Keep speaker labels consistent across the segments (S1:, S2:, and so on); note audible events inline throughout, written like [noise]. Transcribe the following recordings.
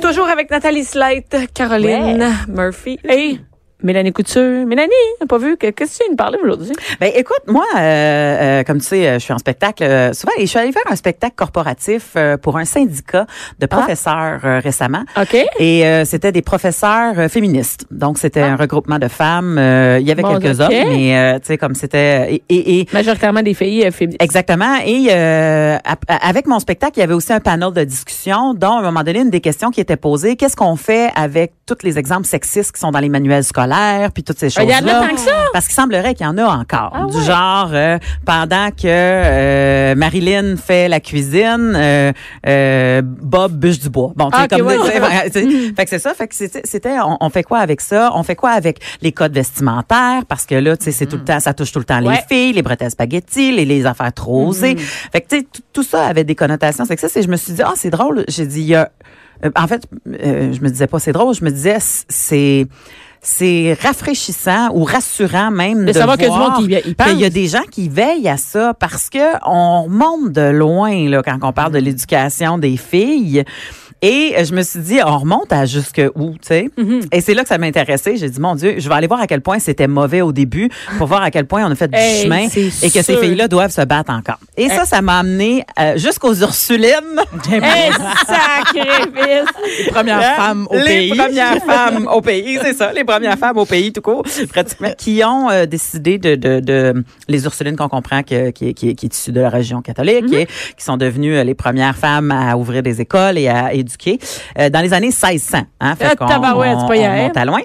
S1: Toujours avec Nathalie Slate, Caroline Murphy et Mélanie Couture. Mélanie, on n'a pas vu que qu'est-ce que tu nous parlais aujourd'hui?
S2: Ben écoute, moi, euh, euh, comme tu sais, euh, je suis en spectacle euh, souvent et je suis allée faire un spectacle corporatif euh, pour un syndicat de
S1: Ah.
S2: professeurs euh, récemment.
S1: OK.
S2: Et euh, c'était des professeurs euh, féministes. Donc c'était un regroupement de femmes. Euh, il y avait
S1: Ah. Bon,
S2: quelques
S1: ok.
S2: hommes, mais euh, tu sais comme c'était et, et- et-
S1: Majoritairement des filles euh, féministes.
S2: Exactement. Et euh, ap- avec mon spectacle, il y avait aussi un panel de discussion, dont à un moment donné, une des questions qui était posée, qu'est-ce qu'on fait avec tous les exemples sexistes qui sont dans les manuels scolaires, puis toutes ces
S1: Il y en
S2: choses-là?
S1: a tant que ça?
S2: Parce qu'il semblerait qu'il y en a encore.
S1: Ah
S2: du
S1: ouais.
S2: genre, euh, pendant que euh, Marilyn fait la cuisine, euh, euh, Bob bûche du bois. Bon, tu sais,
S1: Ah, ok,
S2: comme
S1: ouais.
S2: tu sais, ouais, tu sais. fait que c'est ça. Fait que c'était, c'était- on, on fait quoi avec ça? On fait quoi avec les codes vestimentaires? Parce que là, tu sais, c'est tout le temps, ça touche tout le temps
S1: Ouais.
S2: les filles, les bretelles spaghetti, les, les affaires trop osées. Fait que, tu sais, tout- tout ça avait des connotations sexistes et je me suis dit, ah, c'est drôle. J'ai dit, il y a, euh, en fait, euh, je me disais pas c'est drôle, je me disais, c'est, c'est rafraîchissant ou rassurant même
S1: De
S2: de
S1: savoir que du
S2: voir
S1: monde qui y- y
S2: qu'il
S1: pense.
S2: y a des gens qui veillent à ça parce que on remonte de loin là quand on
S1: Mm-hmm.
S2: parle de l'éducation des filles. Et euh, je me suis dit, on remonte à jusque où, tu sais.
S1: Mm-hmm.
S2: Et c'est là que ça m'intéressait. J'ai dit, mon Dieu, je vais aller voir à quel point c'était mauvais au début pour voir à quel point on a fait du
S1: Hey,
S2: chemin
S1: c'est
S2: et que ces
S1: sûr.
S2: filles-là doivent se battre encore. Et ça, ça m'a amené euh, jusqu'aux Ursulines.
S1: [laughs] Eh, sacrifice! Euh,
S2: premières
S3: femmes au
S2: les
S3: pays.
S1: [laughs]
S2: premières femmes au pays, c'est ça, les premières femmes au pays tout court, pratiquement, qui ont euh, décidé de, de, de les Ursulines qu'on comprend que, qui, est- qui, est- qui est issue de la région catholique,
S1: Mhm.
S2: et qui sont devenues euh, les premières femmes à ouvrir des écoles et à éduquer euh, dans les années 1600. Hein,
S1: Ah,
S2: fait qu'on
S1: tabarouette, c'est
S2: on-
S1: pas hier.
S2: on monte à loin.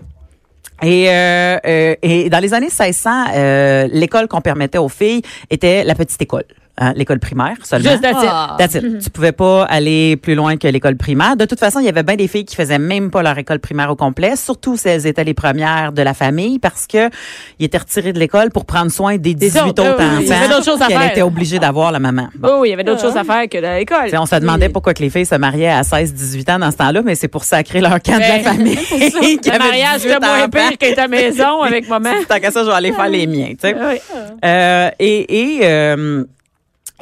S2: Et, euh, euh, et dans les années 1600, euh, l'école qu'on permettait aux filles était la petite école, hein, l'école primaire seulement.
S1: Juste that's it.
S3: Ah,
S2: That's it.
S1: Mm-hmm.
S2: Tu pouvais pas aller plus loin que l'école primaire. De toute façon, il y avait bien des filles qui faisaient même pas leur école primaire au complet, surtout si elles étaient les premières de la famille parce que ils étaient retirés de l'école pour prendre soin des 18
S1: autres,
S2: autres,
S1: euh, oui, ils avaient d'autres choses à
S2: enfants qu'elle
S1: faire.
S2: était obligée d'avoir la maman. Bon.
S1: Oh, il y avait d'autres choses à faire que de l'école.
S2: Tu sais, On se demandait pourquoi que les filles se mariaient à 16-18 ans dans ce temps-là, mais c'est pour sacrer leur camp de
S1: Ben, [laughs]
S2: la famille. [laughs] qui
S1: Le
S2: avait
S1: mariage
S2: 18
S1: était moins
S2: enfants.
S1: pire qu'être à maison
S2: [laughs]
S1: avec maman. Ah
S2: Tant qu'à ça, je vais aller faire les miens. tu sais.
S1: Oui.
S2: Euh, et et euh,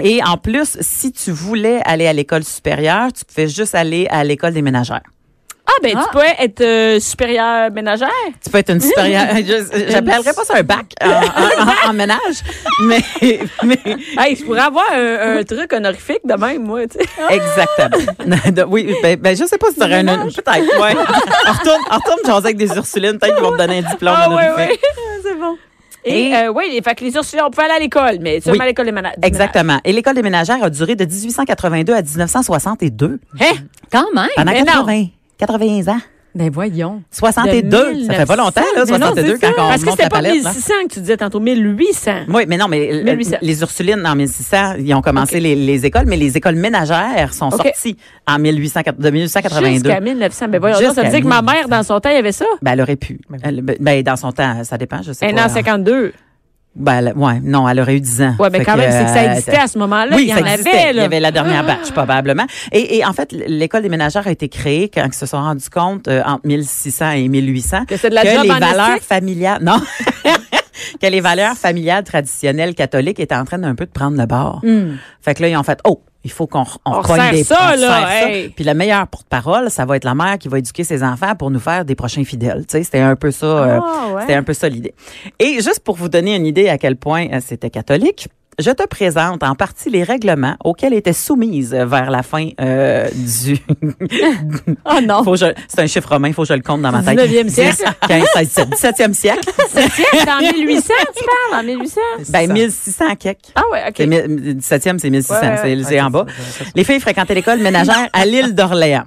S2: et en plus, si tu voulais aller à l'école supérieure, tu pouvais juste aller à l'école des ménagères.
S1: Ah, ben, tu pouvais être euh, supérieure ménagère.
S2: Tu peux être une supérieure.
S1: [laughs]
S2: je- J'appellerais pas ça un bac en, en- en- en ménage, mais, mais
S1: Hey, je pourrais avoir un, un truc honorifique de même, moi, tu sais.
S2: exactement. De- oui, ben, ben, je sais pas si tu aurais un autre. Peut-être, ouais. On retourne, on retourne jaser avec des Ursulines, peut-être qu'ils vont me donner un diplôme.
S1: Ah, ouais,
S2: honorifique.
S1: ouais. [laughs] C'est bon. Et,
S2: Et-
S1: euh, oui, les- fait que les Ursulines, on pouvait aller à l'école, mais seulement
S2: Oui.
S1: à l'école des mana- des ménages.
S2: Exactement. Et l'école des ménagères a duré de 1882 à 1962.
S1: Hein?
S3: Quand même.
S2: Pendant
S1: Mais non.
S2: 80, 80 ans.
S3: Ben voyons.
S2: 62. Ça fait pas longtemps, là,
S3: Mais non,
S2: 62,
S3: c'est
S2: quand
S3: ça.
S2: on
S1: Parce que
S2: monte la
S1: c'était pas
S2: palette. là.
S1: 1600 que tu disais tantôt, 1800.
S2: Oui, mais non, mais euh,
S1: 1800.
S2: les Ursulines, en 1600, ils ont commencé
S1: Ok.
S2: les, les écoles, mais les écoles ménagères sont
S1: Ok.
S2: sorties en 1800, de 1882.
S1: Jusqu'à 1900. Ben voyons, donc, ça veut
S2: Jusqu'à
S1: dire que ma mère, dans son temps, il y avait ça.
S2: Ben, elle aurait pu. Elle- ben, dans son temps, ça dépend, je sais
S1: Un
S2: pas.
S1: an 52.
S2: Ben, elle- ouais, non, elle aurait eu 10 ans.
S1: Ouais, mais
S2: Fait
S1: quand
S2: que,
S1: même, c'est que ça
S2: euh,
S1: existait à ce moment-là.
S2: oui,
S1: il y
S2: ça
S1: en
S2: existait.
S1: avait,
S2: Il y
S1: là. Ah.
S2: avait la dernière batch, probablement. Et, et en fait, l'école des ménagères a été créée quand ils se sont rendus compte, euh, entre 1600 et 1800,
S1: Que c'est de la job
S2: les
S1: en
S2: valeurs
S1: esti.
S2: familiales... Non! [laughs] que les valeurs familiales traditionnelles catholiques étaient en train d'un peu de prendre le bord. Fait que là, ils ont fait, oh, il faut qu'on on
S1: Hmm. On
S2: reprenne
S1: resserre
S2: des
S1: ça,
S2: on
S1: là,
S2: resserre ça.
S1: hey.
S2: Puis le meilleur porte-parole, ça va être la mère qui va éduquer ses enfants pour nous faire des prochains fidèles. Tu sais, c'était un peu ça. euh,
S1: Ah, ouais.
S2: C'était un peu ça l'idée. Et juste pour vous donner une idée à quel point euh, c'était catholique. Je te présente en partie les règlements auxquels était soumise euh, vers la fin euh,
S1: [laughs]
S2: du.
S3: Oh non.
S2: Faut que je- C'est un chiffre romain, il faut que je le compte dans ma tête.
S1: 19e siècle.
S2: 15, 16, 17,
S1: [laughs]
S2: 17e siècle.
S1: Tiens, en 1800, tu parles, en 1800.
S2: Ben, 1600 quelques.
S1: Ah ouais, OK.
S2: C'est mi- 17e, c'est 1600,
S1: Ouais, ouais,
S2: c'est c'est en bas. Les filles fréquentaient l'école ménagère à l'île d'Orléans.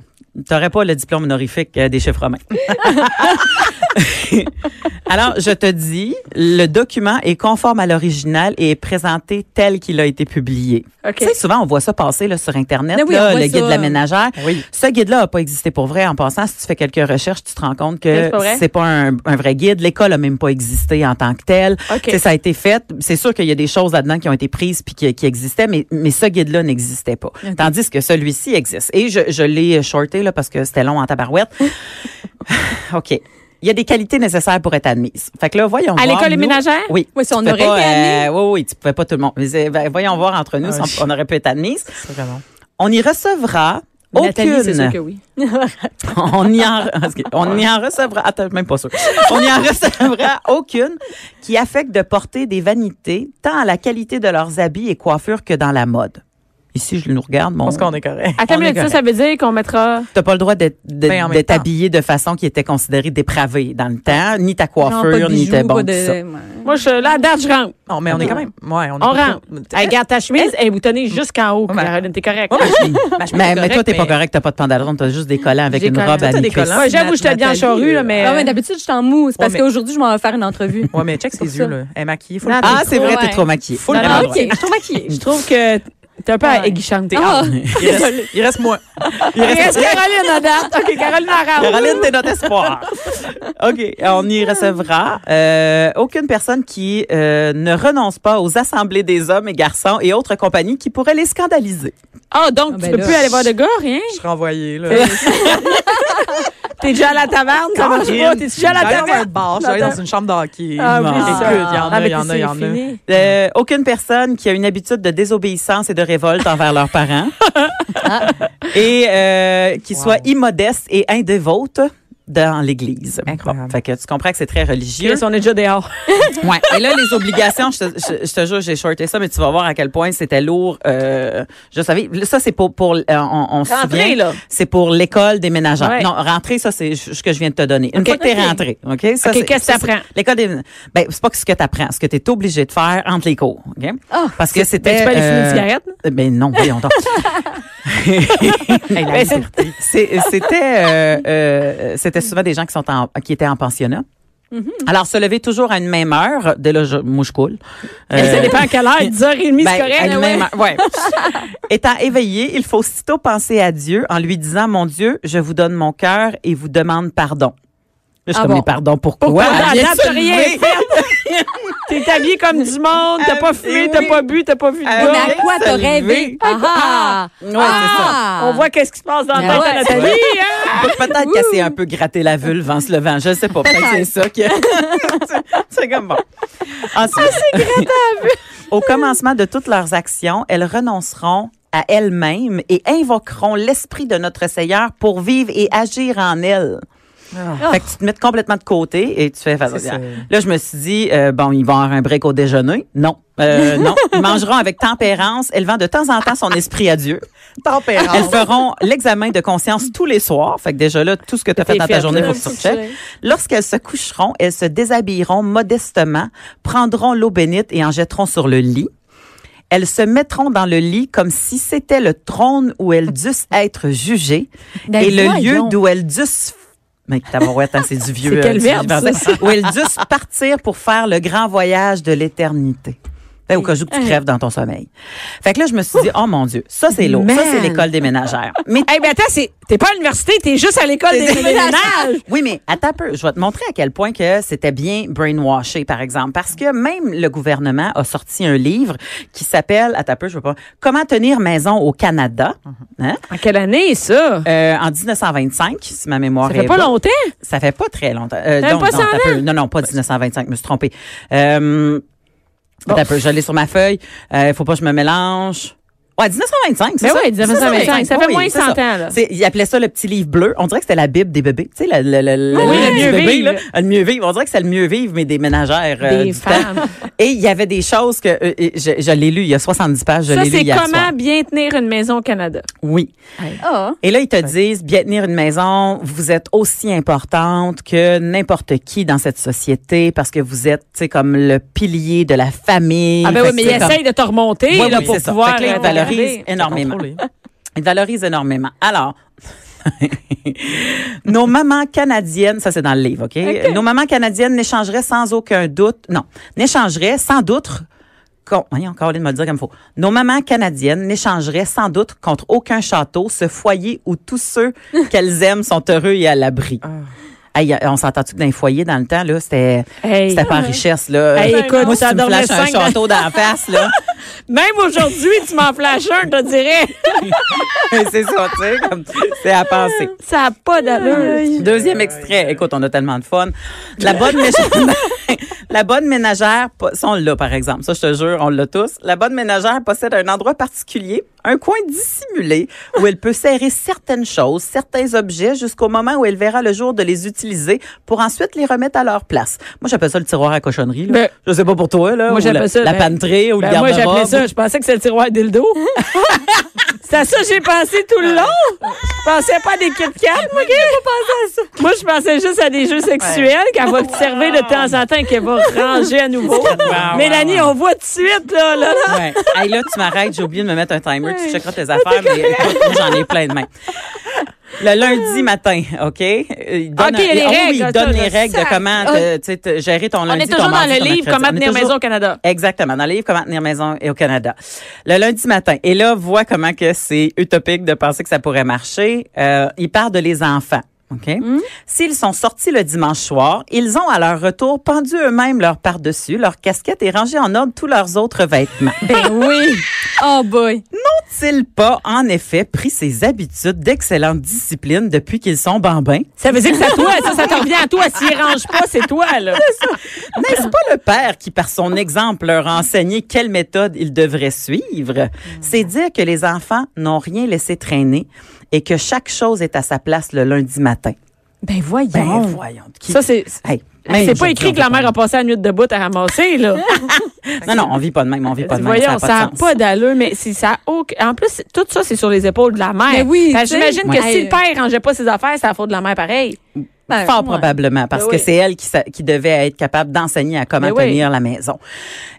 S2: t'aurais pas le diplôme honorifique euh, des chefs romains. [laughs] Alors, je te dis, le document est conforme à l'original et est présenté tel qu'il a été publié.
S1: OK.
S2: Tu sais, souvent, on voit ça passer là, sur Internet,
S3: Mais oui,
S2: là,
S3: on voit
S2: le guide
S3: ça.
S2: de la ménagère.
S3: Oui.
S2: Ce guide-là n'a pas existé pour vrai. En passant, si tu fais quelques recherches, tu te rends compte
S1: C'est
S2: que
S1: pas vrai?
S2: c'est pas un, un vrai guide. L'école a même pas existé en tant que telle.
S1: OK.
S2: Tu sais, Ça a été fait. C'est sûr qu'il y a des choses là-dedans qui ont été prises puis qui, qui existaient, mais, mais ce guide-là n'existait pas. Tandis que celui-ci existe. Et je, je l'ai shorté là, parce que c'était long en tabarouette. Ah, OK. Il y a des qualités nécessaires pour être admise. Fait que là, voyons
S1: À
S2: voir,
S1: l'école des
S2: nous-
S1: ménagères?
S2: Oui.
S3: Oui, si
S2: Tu
S3: on
S2: pouvais
S3: aurait
S2: pas, euh,
S3: été admis. Ah,
S2: oui, oui, tu pouvais pas tout le monde. Mais, euh, ben, voyons voir entre nous, si on, on aurait pu être admise. On y recevra
S3: Nathalie, c'est sûr
S2: aucune.
S3: que oui.
S2: [laughs] on y en, on y en recevra, attends, même pas sûr. On y en
S3: [laughs]
S2: recevra aucune qui affecte de porter des vanités tant à la qualité de leurs habits et coiffures que dans la mode. Ici, je nous regarde, mon.
S4: Je pense qu'on est correct.
S1: Attends,
S2: on
S1: une
S2: est
S1: minute, ça, ça veut dire qu'on mettra.
S2: T'as pas le droit d'être de-
S4: Ben, en même
S2: d'être
S4: temps.
S2: habillé de façon qui était considérée dépravée dans le temps, ni ta
S3: Genre, pas de
S2: coiffure, ni
S3: bijoux,
S2: tes bon
S3: pas
S2: tout ça.
S3: de-
S1: Moi, je là, à date, je rentre.
S4: Non, mais on est quand même. Ouais, on est
S1: On
S4: pas-
S1: rentre. Hey, garde ta chemise, elle est boutonnée jusqu'en haut,
S4: Ouais, ben-
S1: Caroline, t'es correct.
S4: Ouais, mais- ma chemise
S2: Mais,
S4: est
S2: mais toi,
S4: correcte,
S2: t'es pas
S4: mais-
S2: correct, t'as pas de pantalon, t'as juste des collants avec
S1: J'ai
S2: une
S1: collants.
S2: robe à
S4: Toi, t'as des
S2: mi-cuisse.
S4: collants.
S1: Ah, Ouais, j'avoue, je te bien en
S4: Nathalie,
S1: charrue, là,
S4: euh,
S1: mais.
S3: Ah ouais, d'habitude, je t'en mousse parce
S4: Ouais, mais-
S3: qu'aujourd'hui, je m'en vais faire une entrevue.
S4: Ouais, mais check
S3: Pour
S4: ses
S3: ça.
S4: yeux, là. Elle est maquillée. Faut
S1: Non,
S4: le
S2: Ah, c'est vrai,
S3: Ouais.
S2: t'es trop maquillée.
S4: Full
S3: Non,
S4: Ah,
S3: non,
S4: ouais.
S3: ok, je suis maquillée.
S1: je trouve que t'es un peu
S3: Ouais.
S1: aiguichante.
S3: Ah,
S4: Il reste, il reste moi.
S1: Il reste Caroline à date. OK, Caroline arrête.
S2: Caroline, t'es notre espoir. OK. On y recevra euh, aucune personne qui euh, ne renonce pas aux assemblées des hommes et garçons et autres compagnies qui pourraient les scandaliser.
S1: Ah, donc,
S3: Ah,
S1: tu
S3: ben
S1: peux
S3: là.
S1: plus aller voir de gars, rien?
S4: Je suis renvoyée, là.
S1: T'es déjà à la taverne, ça marche
S4: Caroline,
S1: pas. T'es déjà à la
S4: j'allais dans un
S1: taverne.
S4: bar, j'allais dans une chambre d'hockey.
S1: Ah oui,
S4: Écoute,
S1: Ben, ça.
S4: il y en
S1: Ah,
S4: a,
S1: ben,
S4: il y en a, il y en a.
S1: c'est fini.
S2: Euh, aucune personne qui a une habitude de désobéissance et de révolte envers leurs parents. et euh, qui soit immodeste et indévote dans l'Église.
S4: Incroyable.
S2: Bon, fait que tu comprends que c'est très religieux.
S1: Chris, on est déjà dehors.
S2: Ouais. Et là, les obligations, je te, je- je te jure, j'ai shorté ça, mais tu vas voir à quel point c'était lourd. Euh, je savais. Ça, c'est pour, pour euh, on, on se
S1: Rentrez,
S2: souvient,
S1: là.
S2: C'est pour l'école des ménageurs.
S1: Ouais.
S2: Non, rentrer, ça, c'est ce que je viens de te donner. Une
S1: Ok.
S2: fois que t'es
S1: Ok.
S2: rentré, OK? Ça,
S1: Ok, qu'est-ce
S2: c'est-
S1: que
S2: ça, c'est-
S1: t'apprends?
S2: L'école des Ben, c'est pas que ce que t'apprends, ce que t'es obligé de faire entre les cours, OK? Parce que c'était.
S1: Ben, tu peux aller fumer une
S2: euh,
S1: cigarette?
S2: ben non,
S1: [laughs]
S2: voyons donc. Ben, c'est- C'était euh, euh, c'était souvent des gens qui sont en, qui étaient en pensionnat. Alors, se lever toujours à une même heure, dès là, je, moi, je coule.
S1: Mais Ça
S2: Euh,
S1: dépend à quelle heure. 10h30,
S2: ben,
S1: c'est correct.
S2: à une
S1: hein, ouais.
S2: même heure,
S1: [laughs]
S2: ouais. Étant éveillé, il faut aussitôt penser à Dieu en lui disant, mon Dieu, je vous donne mon cœur et vous demande pardon. Là, Je suis
S3: Ah
S2: comme,
S3: bon?
S2: mais pardon, pourquoi?
S1: Pourquoi?
S2: Elle
S1: À
S2: vient de
S1: date,
S2: se
S1: t'as rien
S2: lever.
S1: fait.
S2: [laughs]
S1: T'es habillé comme du monde. T'as
S2: Ah,
S1: pas
S2: oui.
S1: fumé, t'as pas bu, t'as pas vu de
S5: Euh,
S2: Ah,
S3: Mais
S1: gars.
S3: à
S2: Ouais,
S3: quoi
S2: se
S3: t'as
S2: lever.
S3: rêvé? Ah, ah,
S2: Ouais, c'est ça.
S3: ah.
S1: On voit qu'est-ce qui se passe dans la
S3: Ah
S1: tête
S3: ouais.
S1: à Nathalie. hein?
S2: Pe- Peut-être qu'elle s'est un peu gratté la vulve en se levant. Je sais pas. Peut-être que [laughs] c'est ça qui. C'est- c'est comme bon. Ensuite,
S4: Ah,
S2: [laughs] Au commencement de toutes leurs actions, elles renonceront à elles-mêmes et invoqueront l'esprit de notre Seigneur pour vivre et agir en elles. Fait que tu te mets complètement de côté et tu fais face à
S4: Ah. C'est ça.
S2: Là, je me suis dit, euh, bon, ils vont avoir un break au déjeuner. Non. Euh, non. Ils mangeront avec tempérance, élevant de temps en temps son esprit à Dieu. Elles
S4: Tempérance.
S2: feront l'examen de conscience tous les soirs. Fait que déjà là, tout ce que tu as fait
S1: T'es
S2: dans ta
S1: faite,
S2: journée,
S1: là,
S2: faut que tu
S1: faut que
S2: recheckes.
S1: tu ailles.
S2: Lorsqu'elles se coucheront, elles se déshabilleront modestement, prendront l'eau bénite et en jetteront sur le lit. Elles se mettront dans le lit comme si c'était le trône où elles dussent être jugées
S3: Ben,
S2: et le
S3: voyons.
S2: lieu d'où elles dussent mais tabarouette, hein, c'est du
S1: [laughs]
S2: vieux.
S1: C'est quel
S2: du
S1: verbe,
S2: vieux français. Où elles dussent partir pour faire le grand voyage de l'éternité. Ben, au cas où
S1: Hein.
S2: tu crèves dans ton sommeil. Fait que là, je me suis dit, oh mon Dieu, ça c'est lourd. Ça, c'est
S1: Man.
S2: l'école des ménagères.
S1: [laughs]
S2: Mais
S1: Hey, ben attends, c'est- t'es pas à l'université, t'es juste à l'école des
S2: T'es-
S1: ménages.
S2: Oui, mais attends un peu. Je vais te montrer à quel point que c'était bien brainwashé, par exemple. Parce que même le gouvernement a sorti un livre qui s'appelle, attends un peu, je veux pas, Comment tenir maison au Canada, hein?
S1: En quelle année, ça?
S2: Euh, en 1925, si ma mémoire
S1: Ça
S2: est
S1: fait pas
S2: bonne.
S1: longtemps?
S2: Ça fait pas très longtemps. Euh,
S1: Même
S2: non,
S1: pas
S2: non,
S1: cent
S2: attends un peu. non, non, pas 1925, je me suis trompée. Euh, attends un peu, je l'ai sur ma feuille. Euh, faut pas que je me mélange. Ouais, 1925, c'est
S1: Ben
S2: ça?
S1: oui, 1925, ça fait
S2: Oui,
S1: moins de
S2: c'est ça.
S1: 100 ans, là.
S2: C'est- Ils appelaient ça le petit livre bleu. On dirait que c'était la Bible des bébés. Tu sais, le, le- le- le-
S1: Ah Oui,
S2: livre
S1: le
S2: du
S1: mieux
S2: bébé,
S1: vivre.
S2: là. Le mieux vivre. On dirait que c'est le mieux vivre, mais des ménagères. euh,
S1: Des
S2: du temps.
S1: femmes.
S2: Et il y avait des choses que euh, et je, je l'ai lu. Il y a 70 pages. Je
S1: ça,
S2: l'ai lu
S1: c'est
S2: hier soir.
S1: comment bien tenir une maison au Canada.
S2: Oui.
S3: Ah.
S2: Et là, ils te disent, bien tenir une maison, vous êtes aussi importante que n'importe qui dans cette société parce que vous êtes, tu sais, comme le pilier de la famille.
S1: Ah ben oui,
S2: Fait que
S1: mais
S2: c'est
S1: ils
S2: comme-
S1: essayent de te remonter
S2: Ouais,
S1: là,
S2: oui,
S1: pour
S2: c'est ça.
S1: pouvoir
S2: Fait que là, ils
S1: euh,
S2: valorisent
S1: regarder.
S2: énormément.
S4: Contrôlé.
S2: Ils valorisent énormément. Alors, [laughs] Nos mamans canadiennes, ça c'est dans le livre, OK? Nos mamans canadiennes n'échangeraient sans aucun doute, non, n'échangeraient sans doute con- voyons, Caroline m'a dit comme faut. Nos mamans canadiennes n'échangeraient sans doute contre aucun château ce foyer où tous
S1: [laughs]
S2: ceux qu'elles aiment sont heureux et à l'abri. Hey, on s'entend-tu que dans les foyers, dans le temps, là, c'était,
S1: Ah. Hey.
S2: c'était pas en richesse, là.
S1: Hey, écoute,
S2: Moi, si
S1: ça
S2: tu me
S1: dormait
S2: flashes un
S1: cinq dans-
S2: château dans la face, là. [laughs]
S1: Même aujourd'hui, tu m'en flashes un, je te dirais.
S2: c'est ça, tu sais, comme, c'est à penser.
S1: Ça n'a pas d'allure.
S2: Deuxième extrait. Écoute, on a tellement de fun. La bonne ménagère, [laughs] la bonne ménagère, po- ça on l'a par exemple. Ça, je te jure, on l'a tous. La bonne ménagère possède un endroit particulier, un coin dissimulé où elle peut serrer certaines choses, certains objets jusqu'au moment où elle verra le jour de les utiliser pour ensuite les remettre à leur place. Moi, j'appelle ça le tiroir à cochonnerie. Là.
S1: Ben,
S2: je sais pas pour toi là.
S1: moi,
S2: ou
S1: j'appelle
S2: la,
S1: ça,
S2: la
S1: ben,
S2: panterie ou
S1: Ben,
S2: le
S1: moi,
S2: garde-robe.
S1: j'appelais ça, je pensais que c'était le tiroir
S2: [laughs]
S1: dildo. c'est à ça que j'ai pensé tout le long. Je pensais pas à des Kit Kat, moi, Moi, je pensais juste à des jeux sexuels qu'elle va te servir de temps en temps et qu'elle va ranger à nouveau. Mélanie, on voit tout de suite, là, là, là.
S2: Ouais. Hey, là, tu m'arrêtes. J'ai oublié de me mettre un timer. Tu checkeras
S1: Ah,
S2: tes affaires, mais écoute, moi, j'en ai plein de mains. Le lundi matin, OK? Euh, Il donne,
S1: Ah. OK, il y a les
S2: oh, oui,
S1: règles,
S2: il
S1: ça,
S2: donne
S1: je
S2: les règles de
S1: sac. Ah.
S2: comment te- tu sais, te gérer ton
S1: On
S2: lundi,
S1: est
S2: ton
S1: toujours dans
S2: mardi,
S1: le
S2: ton
S1: livre
S2: mercredi.
S1: Comment
S2: On est
S1: tenir
S2: toujours-
S1: maison au Canada.
S2: Exactement, dans le livre Comment tenir maison et au Canada. Le lundi matin. Et là, vois comment que c'est utopique de penser que ça pourrait marcher. Euh, il parle de les enfants. OK?
S1: Hmm?
S2: S'ils sont sortis le dimanche soir, ils ont à leur retour pendu eux-mêmes leur par-dessus, leur casquette et rangé en ordre tous leurs autres vêtements.
S3: Ben oui. Oh boy.
S2: N'a-t-il pas, en effet, pris ses habitudes d'excellente discipline depuis qu'ils sont bambins?
S1: Ça veut dire que c'est à toi, ça, ça te revient à toi. S'il range pas, c'est toi, là.
S2: N'est-ce pas le père qui, par son exemple, leur a enseigné quelle méthode ils devraient suivre? C'est dire que les enfants n'ont rien laissé traîner et que chaque chose est à sa place le lundi matin.
S3: Ben voyons.
S2: Ben, voyons. qui-
S1: Ça, c'est.
S2: Hey, même
S1: C'est pas
S2: aujourd'hui,
S1: écrit
S2: on
S1: que la
S2: vit pas
S1: mère a passé la nuit de bout à ramasser, là.
S2: de même. Non, non, on vit pas de même, on vit pas de même.
S1: Voyons, ça
S2: a
S1: n'a
S2: de sens.
S1: pas d'allure, mais si ça a aucun- En plus, c'est- tout ça, c'est sur les épaules de la mère.
S3: Mais oui,
S1: Fait que
S3: tu sais.
S1: J'imagine que
S3: Ouais.
S1: si le père rangeait pas ses affaires, c'est la faute de la mère pareil.
S3: Ben,
S2: Fort
S3: ouais.
S2: probablement, parce
S1: Ben
S2: que
S1: oui.
S2: c'est elle qui, sa- qui devait être capable d'enseigner à comment
S1: Ben oui.
S2: tenir la maison.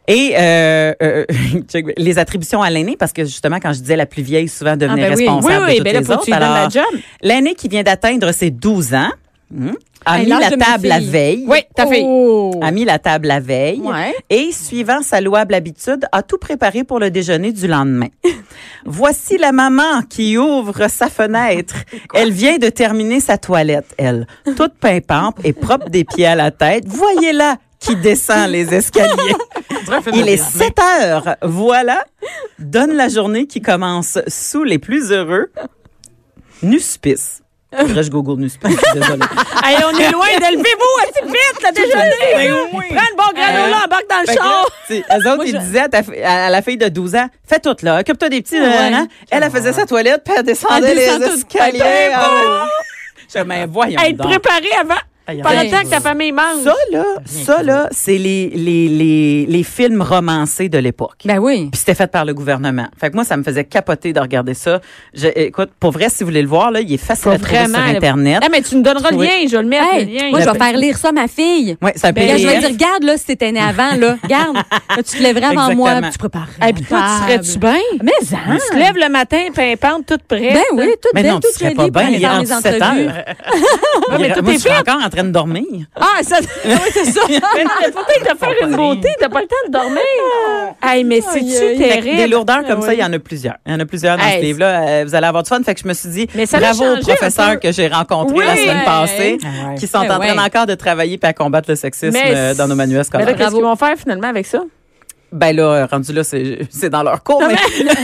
S2: Et euh, euh, [laughs] check, les attributions à l'aîné, parce que justement, quand je disais la plus vieille, souvent devenait
S3: Ah, ben oui.
S1: Oui,
S2: responsable
S1: oui,
S2: de toutes
S1: ben là,
S2: les
S1: faut que
S2: autres.
S1: tu lui donnes la
S2: Alors,
S1: job.
S2: L'aîné qui vient d'atteindre ses 12 ans hmm, a
S3: Hey,
S2: mis
S3: l'âge
S2: la
S3: de ma
S2: table la
S3: fille.
S2: veille.
S1: Oui, ta fille.
S3: Oh.
S2: A mis la table la veille
S3: Ouais.
S2: et, suivant sa louable habitude, a tout préparé pour le déjeuner du lendemain.
S3: [laughs]
S2: Voici la maman qui ouvre sa
S3: [laughs]
S2: fenêtre. Elle vient de terminer sa toilette, elle. Toute pimpante et propre des pieds à la tête. Voyez-la qui descend les
S3: [laughs]
S2: escaliers. Il est 7 heures. Voilà. Donne la journée qui commence sous les plus heureux.
S3: [laughs]
S2: Nuspice. Faudrait que Je google Nuspice, je suis désolée.
S1: [laughs] Hey, on est loin de levez-vous, assez vite, la
S4: Ben
S1: déjeuner. Prends le bon granola, embarque dans le
S2: Fait que là,
S1: char.
S2: tu sais, eux autres, ils disaient à, ta fi- à- à la fille de 12 ans, fais tout là, occupe-toi des petits. nan, nan, nan. Elle, elle faisait sa toilette, puis elle descendait
S3: Elle descend
S2: les
S3: tout.
S2: escaliers.
S3: Ben,
S2: Ah, Je mais voyons
S1: Être
S2: donc.
S1: préparé avant. Pendant le temps que ta famille mange.
S2: Ça, là, ça, là, c'est les, les, les, les films romancés de l'époque.
S3: Ben oui.
S2: Puis c'était fait par le gouvernement. Fait que moi, ça me faisait capoter de regarder ça. Je- écoute, pour vrai, si vous voulez le voir, là, il est facile
S1: Faut
S2: à trouver sur Internet.
S1: Ah, mais tu nous donneras le
S2: Trouver.
S1: lien, je vais le mettre.
S3: Hey,
S1: le lien.
S3: moi, je vais faire lire ça à ma fille.
S2: Ouais, ça
S3: Regarde, je vais
S2: PDF.
S3: dire, regarde, ben, là, si t'étais né avant, là.
S2: [laughs]
S3: Regarde. Là, tu te lèverais avant moi,
S2: Exactement.
S3: puis tu préparerais.
S1: Et puis toi, tu serais-tu bien?
S3: Mais hein?
S1: Tu te lèves le matin, pimpante, toute prête.
S3: Ben oui, tout
S2: Mais
S3: belle,
S2: non, tu
S3: toute
S2: serais pas
S3: jolie,
S2: bien,
S3: pour
S2: il
S3: aller
S2: est
S3: faire
S2: rendu
S3: les
S2: 7
S3: entrevues.
S2: heures. [laughs] mais
S1: tout
S2: moi,
S1: est
S2: je suis
S1: fait.
S2: encore en train de dormir.
S1: Ah,
S3: [laughs]
S1: ça, oui, c'est ça. Mais Pourtant, il t'a fait une beauté, t'as pas le temps de dormir.
S3: Ah.
S1: Hey, mais c'est-tu
S2: Fait que
S1: terrible?
S2: Des lourdeurs comme ça,
S1: Ouais.
S2: il y en a plusieurs. Il y en a plusieurs dans
S1: Hey,
S2: ce livre-là. Euh, vous allez avoir du fun. Fait que je me suis dit,
S1: Mais ça l'a
S2: bravo aux
S1: changé un peu.
S2: professeurs que j'ai rencontrés
S1: Oui.
S2: la semaine
S1: Ouais.
S2: passée, qui sont
S3: Ouais,
S2: en train
S3: ouais.
S2: encore de travailler puis à combattre le sexisme
S1: Mais
S2: euh, dans nos manuels
S1: Mais
S2: scolaires.
S1: là, qu'est-ce
S3: Bravo.
S1: qu'ils vont faire finalement avec ça?
S2: Ben là, euh, rendu là, c'est c'est dans leur
S1: [laughs]
S2: cours. Mais,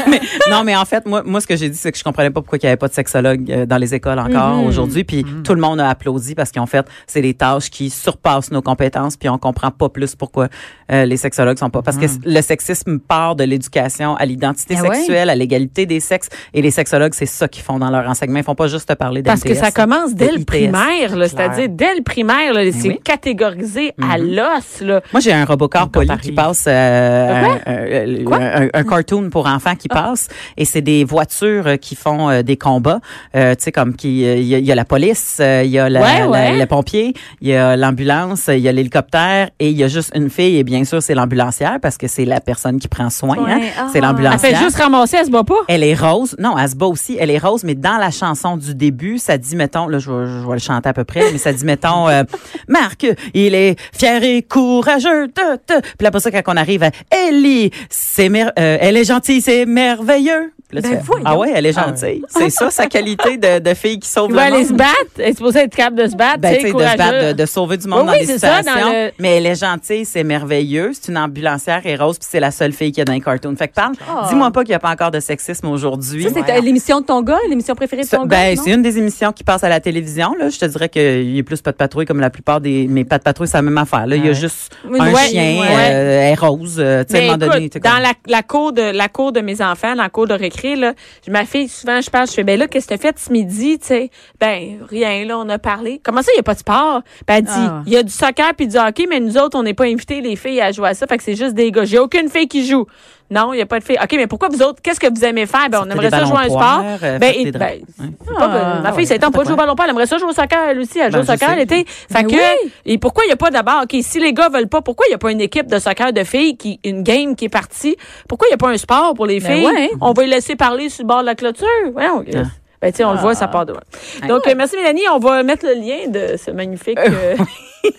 S2: [laughs] mais- non, mais en fait, moi, moi ce que j'ai dit, c'est que je comprenais pas pourquoi il n'y avait pas de sexologue euh, dans les écoles encore
S1: Mm-hmm.
S2: aujourd'hui. Puis tout le monde a applaudi parce qu'en fait, c'est des tâches qui surpassent nos compétences. Puis on comprend pas plus pourquoi euh, les sexologues sont pas. Parce que le sexisme part de l'éducation à l'identité
S3: Ah
S1: Ben
S3: ouais?
S2: sexuelle, à l'égalité des sexes. Et les sexologues, c'est ça qu'ils font dans leur enseignement. Ils font pas juste te parler
S1: Parce que
S2: d'MTS,
S1: ça commence dès
S2: de
S1: le
S2: ITS. Ben
S1: primaire, là, c'est-à-dire dès le primaire, là, c'est catégorisé à l'os. là.
S2: Mhm. Moi, j'ai un Robocar
S4: Comme
S2: poli
S4: Paris.
S2: qui passe euh, euh,
S1: Quoi?
S2: un- un- euh,
S1: Quoi? Ah.
S2: un- un cartoon pour enfants qui passe et c'est des voitures euh, qui font euh, des combats. Euh, tu sais, comme qui, euh, il y, a- il y a la police, euh, il y a la-
S1: Ouais,
S2: la-
S1: ouais.
S2: le pompier, il y a l'ambulance, il y a l'hélicoptère et il y a juste une fille et bien sûr, c'est l'ambulancière parce que c'est la personne qui prend soin. hein.
S3: Ouais, ah.
S2: C'est
S1: Elle fait
S2: l'ambulancière.
S1: juste ramasser, elle se bat pas.
S2: Elle est rose. Non, elle se bat aussi. Elle est rose, mais dans la chanson du début, ça dit, mettons, là, je vais, je vais le chanter à peu près, mais ça dit, mettons, euh, Marc, il est fier et courageux. Te, te. Puis là, pour ça, quand on arrive à Ellie, c'est mer- euh, elle est gentille, c'est merveilleux. Puis là, tu
S3: Ben,
S2: fais,
S3: voyons.
S2: ah ouais, elle est gentille. C'est ça, sa qualité de, de fille qui sauve
S1: Elle va
S2: le monde.
S1: aller se battre. Elle est supposée être capable de se battre.
S2: Ben,
S1: Ah, tu sais,
S2: tu sais, de, se
S1: courageuse.
S2: battre, de, de sauver du monde
S1: Oui,
S2: dans
S1: oui,
S2: des
S1: c'est ça,
S2: situations.
S1: dans le-
S2: Mais elle est gentille, c'est merveilleux. C'est une ambulancière et rose, puis c'est la seule fille qu'il y a dans les cartoons. Fait que parle,
S1: Ah.
S3: Oh.
S2: dis-moi pas qu'il n'y a pas encore de sexisme aujourd'hui.
S3: Ça, c'est euh, l'émission de ton gars, l'émission préférée de
S2: Ça,
S3: ton gars.
S2: ben,
S3: non?
S2: c'est une des émissions qui passe à la télévision. Là. Je te dirais qu'il y a plus pas de patrouille comme la plupart des. Mais pas de patrouille, c'est la même affaire. Là. Il y a juste
S3: Une-
S2: un
S3: ouais,
S2: chien,
S3: ouais.
S2: euh, elle est rose. euh, tu sais, à un
S1: Mais
S2: moment donné,
S1: écoute,
S2: t'es
S1: dans
S2: comme-
S1: la, la cour de la cour de mes enfants, dans la cour de récré, là, je- ma fille, souvent, je parle, je fais, ben là, qu'est-ce que t'as fait ce midi, tu sais? Ben, rien, là, on a parlé. Comment ça, il n'y a pas de sport? Ben, elle dit, il y
S4: Ah.
S1: a du soccer puis du hockey, mais nous autres, on n'est pas invités, les filles, à jouer à ça. Fait que c'est juste des gars. J'ai aucune fille qui joue. Non, il n'y a pas de filles. OK, mais pourquoi vous autres, qu'est-ce que vous aimez faire? Ben, on
S2: Sortez
S1: aimerait
S2: des
S1: ça jouer à un
S2: ballons
S1: sport.
S2: poires, euh,
S1: ben,
S2: faites des
S1: et-
S2: draps.
S1: ben,
S2: Ouais.
S1: c'est pas, euh, ma fille,
S2: ouais,
S1: c'est temps pas de
S2: pourquoi?
S1: jouer au ballon elle aimerait ça jouer au soccer, elle aussi. Elle joue
S2: Ben,
S1: au
S2: je
S1: soccer
S2: sais.
S1: l'été. Fait
S3: Ben
S1: que,
S3: oui.
S1: et pourquoi il n'y a pas d'abord, OK, si les gars veulent pas, pourquoi il n'y a pas une équipe de soccer de filles, qui, une game qui est partie? Pourquoi il n'y a pas un sport pour les
S3: Ben
S1: filles?
S3: ouais.
S1: On va les laisser parler sur le bord de la clôture. Voyons, Chris.
S2: Ah.
S1: Ben, tu sais, on le voit, ça part de loin. Donc, euh, merci Mélanie. On va mettre le lien de ce magnifique. euh,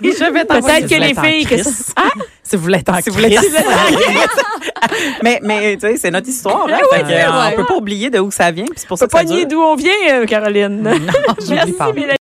S2: Je vais t'envoyer
S1: Peut-être
S2: si
S1: que
S2: vous
S1: les
S2: êtes en
S1: filles. que-
S2: crise.
S1: Ah,
S4: Si vous voulez être en
S2: Si vous voulez
S4: crise.
S2: mais
S4: [laughs]
S2: mais tu sais, c'est notre histoire. Hein,
S1: Ouais,
S2: Fait que,
S1: ouais.
S2: on peut pas oublier de où ça vient. puis C'est pour
S1: on peut
S2: ça que ça
S1: pas nier
S2: dure.
S1: d'où on vient, euh, Caroline.
S4: Non, j'oublie
S1: [laughs] merci
S4: pas.
S1: Mélanie.